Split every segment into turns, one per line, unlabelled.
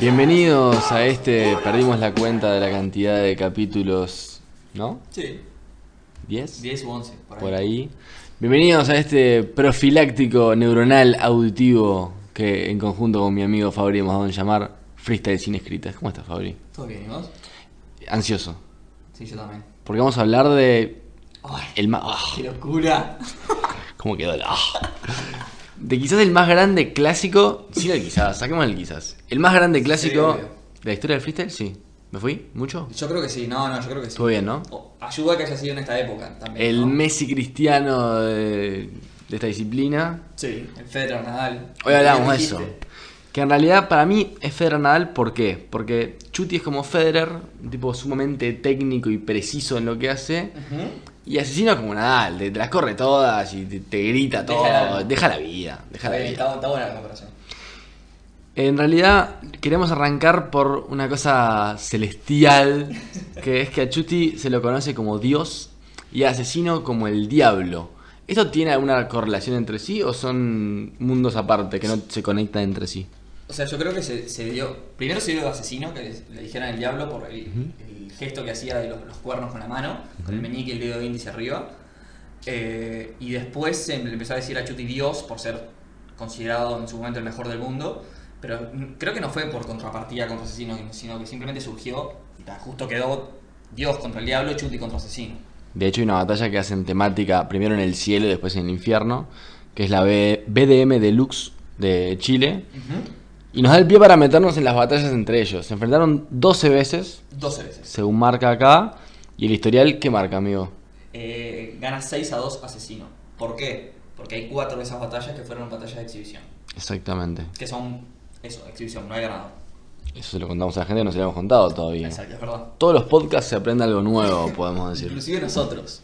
Bienvenidos a este. Perdimos la cuenta de la cantidad de capítulos, ¿no?
Sí,
¿10?
10 u 11, por ahí.
Por ahí. Bienvenidos a este profiláctico neuronal auditivo que en conjunto con mi amigo Fabri hemos dado en llamar Freestyle sin escritas. ¿Cómo estás, Fabri?
¿Todo bien, ¿y vos?
Ansioso.
Sí, yo también.
Porque vamos a hablar de.
¡Ay,
El más. ah,
qué locura!
¿Cómo quedó el.? ah? De quizás el más grande clásico. Sí, el quizás, saquemos el quizás. El más grande clásico
obvio.
de la historia del freestyle, sí. ¿Me fui? ¿Mucho?
Yo creo que sí, no, no, yo creo que sí.
Estuvo bien, ¿no?
O- ayuda que haya sido en esta época también.
El
¿no?
Messi cristiano de, de esta disciplina.
Sí, el Federer Nadal.
Hoy hablamos de eso.
Dijiste.
Que en realidad para mí es Federer Nadal, ¿por qué? Porque Chuti es como Federer, un tipo sumamente técnico y preciso en lo que hace.
Ujú.
Y asesino es como Nadal, te, te las corre todas y te, te grita
Deja
todo.
la-
Deja la vida, deja la
Está bien,
vida.
Está, está buena la comparación.
En realidad queremos arrancar por una cosa celestial, que es que a Chuti se lo conoce como Dios y a Asesino como el diablo. ¿Esto tiene alguna correlación entre sí o son mundos aparte que no se conectan entre sí?
O sea, yo creo que se, se dio. Primero se dio de asesino, que les- le dijeron el diablo por el, el gesto que hacía de los, los cuernos con la mano, con el meñique y el dedo índice arriba. Eh, y después se le empezó a decir a Chuti Dios por ser considerado en su momento el mejor del mundo. Pero mm, creo que no fue por contrapartida contra asesino, sino que simplemente surgió y tan justo quedó Dios contra el diablo, Chuti contra asesino.
De hecho hay una batalla que hacen temática primero en el cielo y después en el infierno, que es la B- BDM Deluxe de Chile. Y nos da el pie para meternos en las batallas entre ellos. Se enfrentaron 12 veces,
12 veces.
según marca acá. ¿Y el historial qué marca, amigo?
Eh, gana 6 a 2 asesino. ¿Por qué? Porque hay cuatro de esas batallas que fueron batallas de exhibición.
Exactamente.
que son eso, exhibición, no hay ganado.
Eso se lo contamos a la gente, no se lo hemos contado todavía.
Exacto, es verdad.
Todos los podcasts se aprende algo nuevo, podemos decir.
Inclusive nosotros.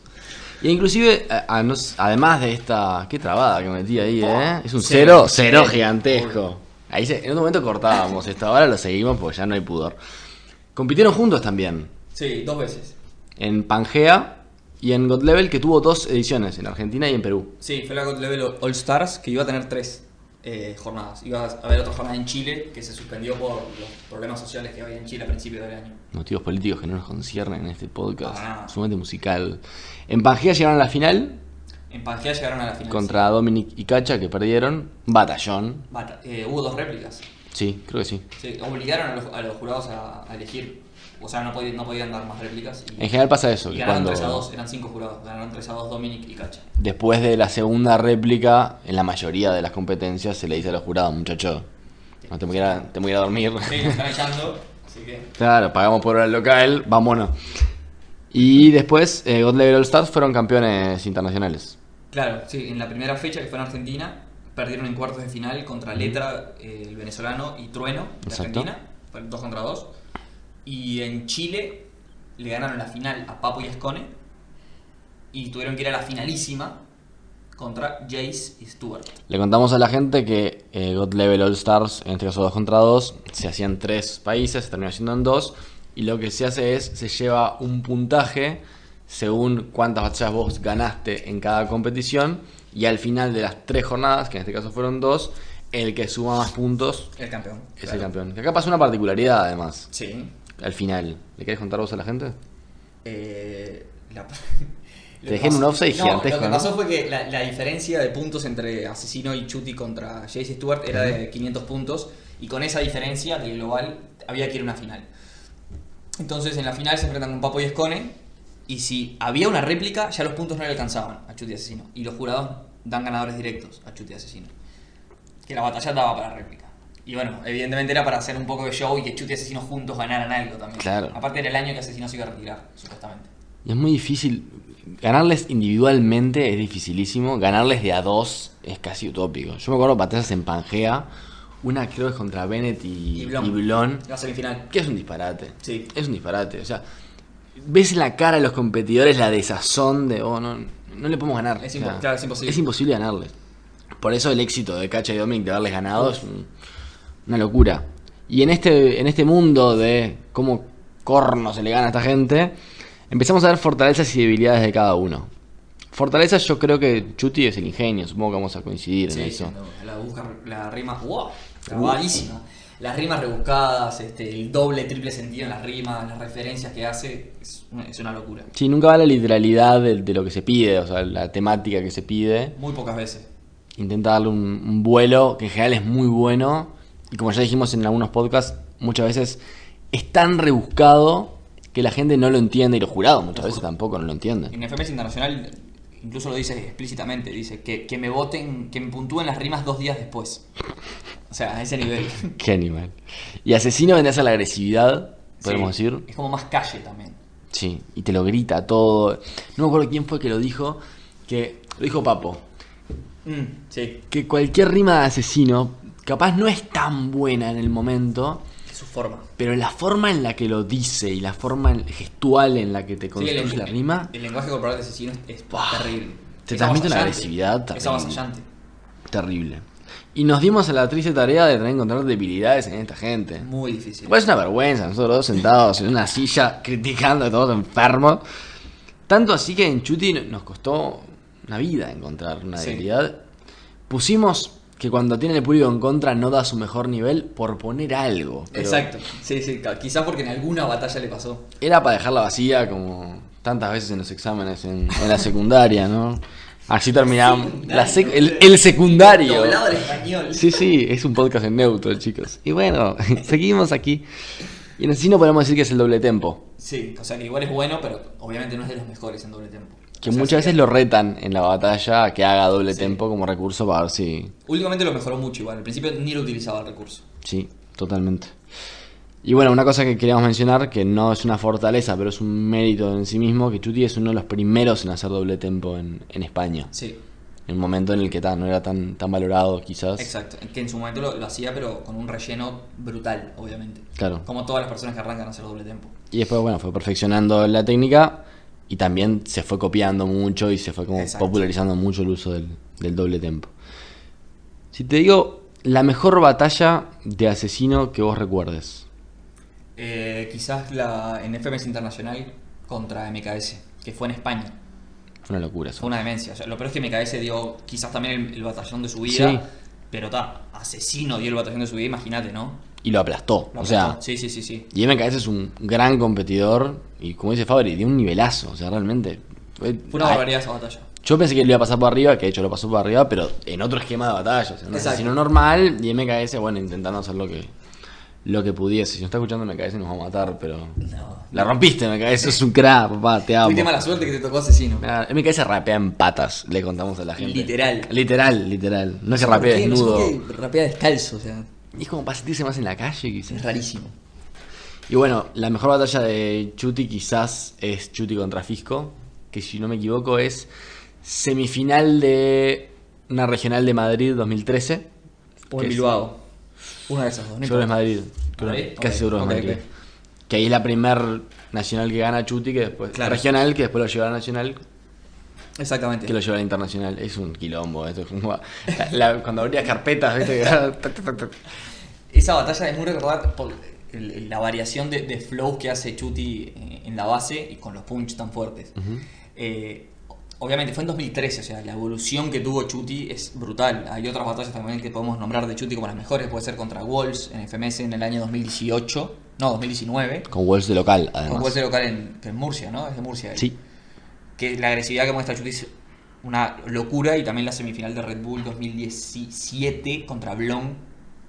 Y inclusive, a- a nos- además de esta... Qué trabada que metí ahí, ¿eh? Es un cero,
Cero.
cero
Cero.
gigantesco. Ahí se- en un momento cortábamos esto, ahora lo seguimos porque ya no hay pudor. Compitieron juntos también,
Sí, dos veces.
en Pangea y en God Level, que tuvo dos ediciones, en Argentina y en Perú.
Sí, fue la God Level All Stars que iba a tener tres eh, jornadas. Iba a haber otra jornada en Chile que se suspendió por los problemas sociales que había en Chile a principios del año.
motivos políticos que no nos conciernen en este podcast,
Ah.
sumamente musical. En Pangea llegaron a la final
En Pangea llegaron a la final.
contra Dominic y Cacha, que perdieron. Batallón,
Bata- eh, hubo dos réplicas.
sí, creo que sí.
Sí, obligaron a los, a los jurados a, a elegir. O sea, no podían, no podían dar más réplicas. Y,
En general pasa eso,
y
que
ganaron
cuando
3 a 2, eran cinco jurados. Ganaron 3 a 2 Dominic y Cacha.
después de la segunda réplica, en la mayoría de las competencias se le dice a los jurados, muchacho, no te voy a ir a, te voy a ir a dormir.
Sí, nos están echando. Así que.
claro, pagamos por hora local, vámonos. Y después, eh, God Level All Stars fueron campeones internacionales.
Claro, sí, en la primera fecha que fue en Argentina, perdieron en cuartos de final contra Letra, eh, el venezolano, y Trueno, de
Exacto.
Argentina, fueron dos contra dos. Y en Chile le ganaron la final a Papo y Escone, y tuvieron que ir a la finalísima contra Jace y Stewart.
Le contamos a la gente que eh, God Level All Stars, en este caso 2 contra 2, se hacían tres países, se terminó haciendo en dos. Y lo que se hace es, se lleva un puntaje según cuántas batallas vos ganaste en cada competición. Y al final de las tres jornadas, que en este caso fueron dos, el que suma más puntos
El campeón.
es el campeón. Que acá pasa una particularidad además,
Sí.
al final. ¿Le querés contar vos a la gente?
Eh, la-
Te dejé en un offside
No,
gigantesco,
Lo que
¿no?
pasó fue que la, la diferencia de puntos entre Asesino y Chuti contra Jace Stewart era de 500 puntos y con esa diferencia del global había que ir a una final. Entonces en la final se enfrentan con Papo y Escone y si había una réplica ya los puntos no le alcanzaban a Chuti y Asesino y los jurados dan ganadores directos a Chuti y Asesino. Que la batalla daba para réplica. Y bueno, evidentemente era para hacer un poco de show y que Chuti y Asesino juntos ganaran algo también.
Claro.
Aparte era el año que Asesino se iba a retirar, supuestamente.
Y es muy difícil. Ganarles individualmente es dificilísimo. Ganarles de a dos es casi utópico. Yo me acuerdo batallas en Pangea. Una creo que es contra Bennett y,
Y
y
Blon.
Blon.
La semifinal.
Que es un disparate.
Sí.
Es un disparate. O sea, ves en la cara de los competidores la desazón de, oh, no, no le podemos ganar.
Es
O sea,
impo- claro, es imposible.
Es imposible ganarles. Por eso el éxito de Cacha y Dominic de haberles ganado es un- una locura. Y en este, en este mundo de cómo corno se le gana a esta gente, empezamos a ver fortalezas y debilidades de cada uno. Fortalezas yo creo que Chuti es el ingenio, supongo que vamos a coincidir en eso. Uh.
La, busca, la rima, wow, trabadísima. las rimas rebuscadas, este, el doble, triple sentido en las rimas, las referencias que hace, es una, es una locura.
Sí, nunca va la literalidad de, de lo que se pide, o sea, la temática que se pide.
Muy pocas veces.
Intenta darle un, un vuelo que en general es muy bueno. Y como ya dijimos en algunos podcasts, muchas veces es tan rebuscado que la gente no lo entiende y los jurados muchas veces tampoco no lo entienden.
En FMS Internacional incluso lo dice explícitamente, dice que, que me voten, que me puntúen las rimas dos días después. O sea, a ese nivel.
Qué animal. Y asesino vendría a ser la agresividad, podemos
Sí,
decir.
Es como más calle también.
Sí, y te lo grita todo. No me acuerdo quién fue que lo dijo, que lo dijo Papo,
Mm, sí.
que cualquier rima de asesino capaz no es tan buena en el momento,
Es su forma.
pero la forma en la que lo dice y la forma en- gestual en la que te
Sí,
construye la rima
El lenguaje corporal de asesino es, es
Buah.
terrible.
Te
Es
transmite una
avasallante.
agresividad
Es
terrible.
avasallante.
terrible. Y nos dimos a la triste tarea de tener que encontrar debilidades en esta gente.
Muy difícil.
Igual es una vergüenza, nosotros dos sentados en una silla criticando a todos enfermos. Tanto así que en Chuti no- nos costó una vida encontrar una
Sí.
debilidad. Pusimos que cuando tiene el público en contra no da su mejor nivel por poner algo. pero
Exacto. Sí, sí. ca- Quizás porque en alguna batalla le pasó.
Era para dejarla vacía como tantas veces en los exámenes en, en la secundaria, ¿no? Así terminamos. la sec- el, el secundario.
Doblado al español.
Sí, sí, es un podcast en neutro, chicos. Y bueno, seguimos aquí. Y en sí no podemos decir que es el doble tempo.
Sí, o sea que igual es bueno, pero obviamente no es de los mejores en doble tempo.
Que
O sea,
muchas
sí,
veces lo retan en la batalla a que haga doble
Sí.
tempo como recurso para ver si.
Últimamente lo mejoró mucho igual. Al principio ni lo utilizaba el recurso.
Sí, totalmente. Y bueno, una cosa que queríamos mencionar, que no es una fortaleza, pero es un mérito en sí mismo, que Chuti es uno de los primeros en hacer doble tempo en, en España.
Sí,
En un momento en el que ta, no era tan, tan valorado, quizás.
exacto. Que en su momento lo, lo hacía, pero con un relleno brutal, obviamente.
Claro.
Como todas las personas que arrancan a hacer doble tempo.
Y después, bueno, fue perfeccionando la técnica y también se fue copiando mucho y se fue como
Exacto.
popularizando mucho el uso del, del doble tempo. Si te digo la mejor batalla de asesino que vos recuerdes.
Eh, quizás la en FMS Internacional contra MKS, que fue en España.
Fue una locura
Fue
eso.
una demencia. O sea, lo peor es que MKS dio quizás también el, el batallón de su vida.
Sí.
Pero ta, asesino dio el batallón de su vida, imagínate, ¿no?
Y lo aplastó.
Lo
o sea,
aplastó. Sí, sí, sí, sí.
y MKS es un gran competidor y como dice Fabri, dio un nivelazo. O sea, realmente... fue-
Fue una
ay,
barbaridad esa batalla.
Yo pensé que lo iba a pasar por arriba, que de hecho lo pasó por arriba, pero en otro esquema de batalla. O sea, un
Exacto.
asesino normal y MKS, bueno, intentando hacer lo que, lo que pudiese. Si no está escuchando MKS nos va a matar, pero...
No.
La rompiste, MKS, es un crack, papá, te amo.
Tuviste mala suerte que te tocó asesino.
Mirá, MKS rapea en patas, le contamos a la gente.
Literal.
Literal, literal. No se rapea
¿Por qué? No sé
desnudo.
por qué Rapea descalzo, o sea,
Y es como para sentirse más en la calle,
es
quizás.
rarísimo.
Y bueno, la mejor batalla de Chuti quizás es Chuti contra Fisco, que si no me equivoco es semifinal de una regional de Madrid 2013.
O
Que
en
es-
Bilbao. Una de esas dos. no
Yo creo que es
importa.
Madrid. creo-
¿Madrid?
Casi
Ok,
seguro que es
ok,
Madrid.
ok.
Que ahí es la primer nacional que gana Chuti, que después
Claro.
regional, que después lo lleva a nacional,
Exactamente.
que lo lleva a la internacional. Es un quilombo eh, esto. es como- la- la- cuando abrías carpetas, viste que-
Esa batalla es muy recordada por el- el- la variación de, de flows que hace Chuti eh, en la base y con los punch tan fuertes. Eh, obviamente fue en 2013, o sea, la evolución que tuvo Chuti es brutal. Hay otras batallas también que podemos nombrar de Chuti como las mejores, puede ser contra Wolves en FMS en el año 2018, no, 2019.
Con Wolves de local,
O
además.
puede ser local en, en Murcia, ¿no? Es de Murcia. él.
Sí.
que la agresividad que muestra Chuti es una locura y también la semifinal de Red Bull 2017 contra Blon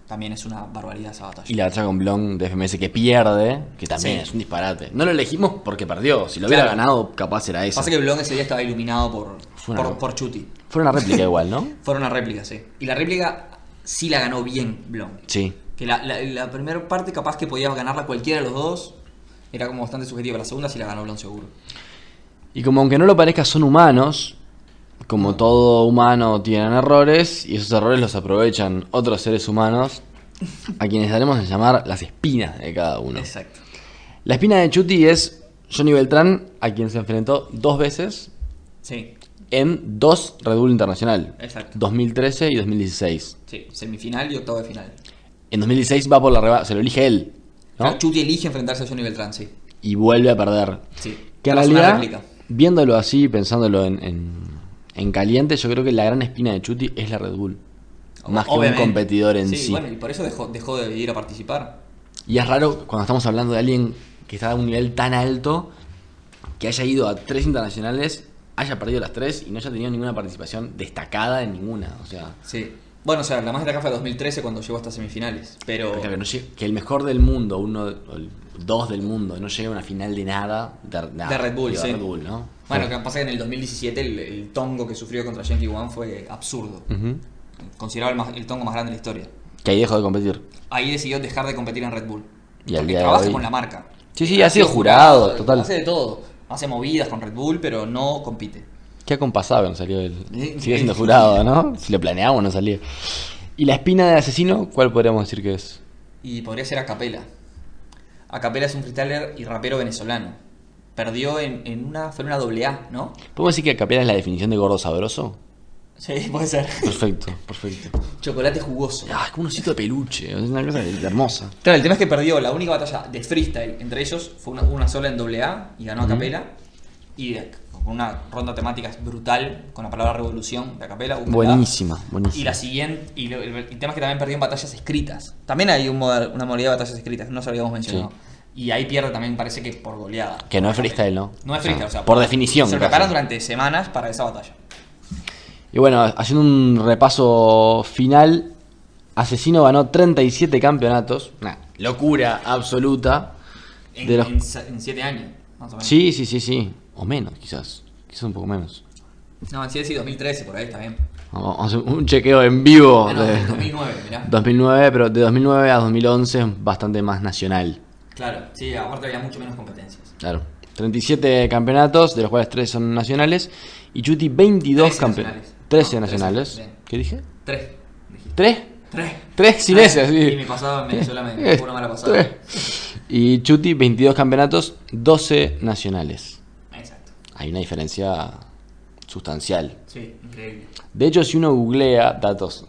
también es una barbaridad esa batalla.
Y la batalla con Blon de FMS que pierde, que también
Sí.
es un disparate. No lo elegimos porque perdió. Si lo hubiera
Claro.
ganado, capaz era esa.
Pasa que Blon ese día estaba iluminado por,
Fue una
por,
locura.
por Chuti.
Fue una réplica igual, ¿no?
Fue una réplica, sí. Y la réplica sí la ganó bien Blon.
Sí.
Que la, la- la primera parte capaz que podía ganarla cualquiera de los dos. Era como bastante subjetiva. La segunda sí la ganó Blon seguro.
Y como aunque no lo parezca, son humanos. Como todo humano tienen errores y esos errores los aprovechan otros seres humanos a quienes daremos a llamar las espinas de cada uno.
Exacto.
La espina de Chuti es Johnny Beltrán, a quien se enfrentó dos veces
Sí,
en dos Red Bull Internacional,
exacto.
2013 y 2016.
Sí, semifinal y octavo de final.
En 2016 va por la reba, se lo elige él, ¿no?
Chuti elige enfrentarse a Johnny Beltrán, sí.
Y vuelve a perder.
sí.
Que en
Es una
realidad,
réplica.
viéndolo así, pensándolo en, en- en caliente, yo creo que la gran espina de Chuti es la Red Bull. más que
Obviamente.
un competidor en sí.
bueno, y por eso dejó, dejó de ir a participar.
Y es raro cuando estamos hablando de alguien que está a un nivel tan alto, que haya ido a tres internacionales, haya perdido las tres y no haya tenido ninguna participación destacada en ninguna. O sea,
Sí. Bueno, o sea, la más destacada fue 2013 cuando llegó hasta semifinales. Pero.
claro, que, no llegue- que el mejor del mundo, uno o el dos del mundo, no llegue a una final de nada. De, nada,
De Red Bull,
digo,
sí.
de Red Bull, ¿no?
Bueno, que pasa que en el 2017 el, el tongo que sufrió contra Yankee One fue absurdo.
Ujú.
Considerado el, más- el tongo más grande de la historia.
Que ahí dejó de competir.
Ahí decidió dejar de competir en Red Bull.
Y al
porque
día de
trabaja
hoy-
con la marca.
Sí, sí, ha sido jurado, total.
Hace de todo. Hace movidas con Red Bull, pero no compite.
Qué acompasado nos salió el.
Eh,
Sigue
eh.
siendo jurado, ¿no? Si lo planeamos, no salía. ¿Y la espina de asesino? ¿Cuál podríamos decir que es?
Y podría ser Acapela. Acapela es un freestyler y rapero venezolano. Perdió en, en una. Fue en una doble A, ¿no?
¿Podemos decir que Capela es la definición de gordo sabroso?
Sí, puede ser.
Perfecto, perfecto.
Chocolate jugoso.
Ah, es como un osito de peluche, es una cosa hermosa.
Claro, el tema es que perdió la única batalla de freestyle entre ellos. Fue una, una sola en doble A y ganó Acapela. Y de- con una ronda temática brutal con la palabra revolución de Acapela. UPA.
Buenísima,
Y
buenísima.
la siguiente, y lo- el, el tema es que también perdió en batallas escritas. También hay un modal- una modalidad de batallas escritas, no se habíamos mencionado. Y ahí pierde también, parece que por goleada.
Que no es freestyle, ¿no? Ah.
No es
O sea,
freestyle, o sea.
por definición,
Se
casi.
preparan durante semanas para esa batalla.
Y bueno, haciendo un repaso final, Asesino ganó 37 campeonatos, una locura absoluta.
En,
De los-
en se- en siete años, más o menos.
Sí, sí, sí, sí, o menos quizás, quizás un poco menos.
No, en siete sí, 2013, por ahí también.
Vamos a hacer un chequeo en vivo
Ah, no,
de
en 2009, mirá.
2009, pero de 2009 a 2011 es bastante más nacional.
Claro, sí, aparte había mucho menos competencias.
Claro. 37 campeonatos, de los cuales 3 son nacionales. Y Chuti, 22
13
campeonatos.
nacionales.
13
No, 13,
nacionales.
bien.
¿Qué dije?
Tres, dijiste.
¿Tres?
Tres.
Tres chineses, sí.
Y mi pasado en Venezuela me
Eh,
fue una mala pasada.
tres. Y Chuti, 22 campeonatos, 12 nacionales.
Exacto.
Hay una diferencia sustancial.
Sí, increíble.
De hecho, si uno googlea datos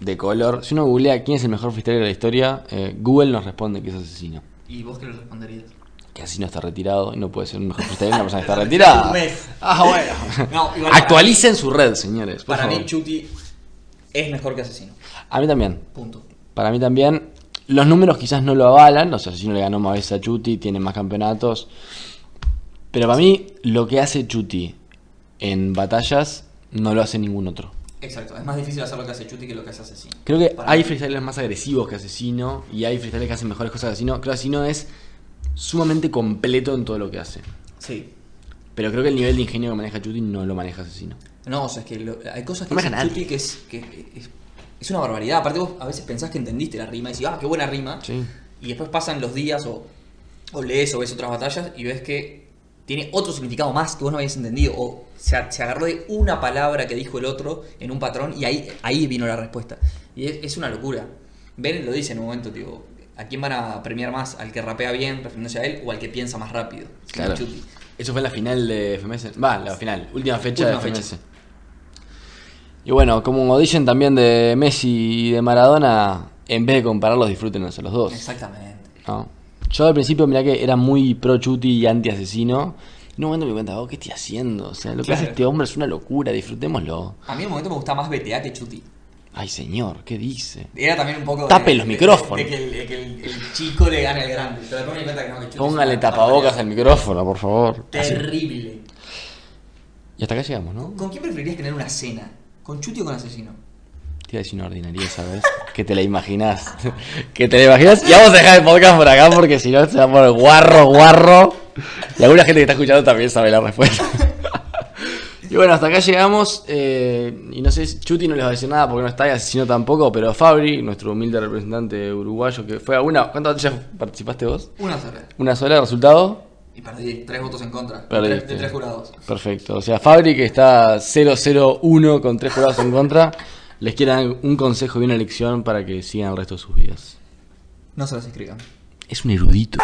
de color, si uno googlea quién es el mejor freestyler de la historia, eh, Google nos responde que es asesino.
¿Y vos qué le responderías?
Que asesino está retirado y no puede ser un mejor freestyler una persona que está retirada.
Un mes.
Ah, bueno.
No, igual para-
Actualicen su red, señores. por
Para
favor.
mí, Chuti es mejor que Asesino.
A mí también.
Punto.
Para mí también. Los números quizás no lo avalan. O sea, si no le ganó más veces a Chuti, tiene más campeonatos. Pero para mí, lo que hace Chuti en batallas no lo hace ningún otro.
Exacto. Es más difícil hacer lo que hace Chuti que lo que hace Asesino.
Creo que
Para
hay
mí.
freestylers más agresivos que Asesino y hay freestylers que hacen mejores cosas que Asesino. Creo que Asesino es sumamente completo en todo lo que hace.
Sí.
Pero creo que el nivel de ingenio que maneja Chuti no lo maneja Asesino.
No, o sea, es que lo- hay cosas que
No me
dice
hagan
Chuti que es, que es, es una barbaridad. Aparte, vos a veces pensás que entendiste la rima y decís, ah, qué buena rima.
Sí.
Y después pasan los días o, o lees o ves otras batallas y ves que tiene otro significado más que vos no habías entendido. O se, a- se agarró de una palabra que dijo el otro en un patrón y ahí, ahí vino la respuesta. Y es, es una locura. Ben lo dice en un momento, tipo, ¿a quién van a premiar más? ¿Al que rapea bien, refiriéndose a él, o al que piensa más rápido?
Claro.
Chuti.
Eso fue en la final de FMS. Va, la final, última fecha
Última
de
fecha.
FMS. Y bueno, como dicen también de Messi y de Maradona, en vez de compararlos, disfrútenlos a los dos.
Exactamente.
¿no? Yo al principio, mirá que era muy pro Chuti y anti asesino. En un momento me di cuenta, oh, ¿qué estoy haciendo? O sea, lo que
Claro.
hace este hombre es una locura, disfrutémoslo.
A mí en un momento me gustaba más BTA que Chuti.
Ay, señor, ¿qué dice?
Era también un poco. de-
Tapen los
de-
micrófonos.
De, que, el, de que el- el chico le gane al grande. Pero después me di cuenta que no, que Chuti es
Póngale
una
tapabocas
barbaridad.
al micrófono, por favor. Así.
Terrible.
Y hasta acá llegamos, ¿no?
¿Con quién preferirías tener una cena? ¿Con Chuti o con Asesino?
Te iba a decir una ordinaria, ¿sabes? que te la imaginas. que te la imaginas. Y vamos a dejar el podcast por acá porque si no se va a poner guarro, guarro. Y alguna gente que está escuchando también sabe la respuesta. y bueno, hasta acá llegamos. eh, y no sé, si- Chuti no les va a decir nada porque no está y asesino tampoco. Pero Fabri, nuestro humilde representante uruguayo, que fue a una. ¿Cuántas batallas participaste vos?
Una sola.
Una sola, resultado.
Y perdí tres votos en contra.
Perdiste.
Tres- De tres jurados.
Perfecto. O sea, Fabri que está 0-0-1 con tres jurados en contra. Les quiero dar un consejo y una lección para que sigan el resto de sus vidas.
No se las escriban.
Es un erudito.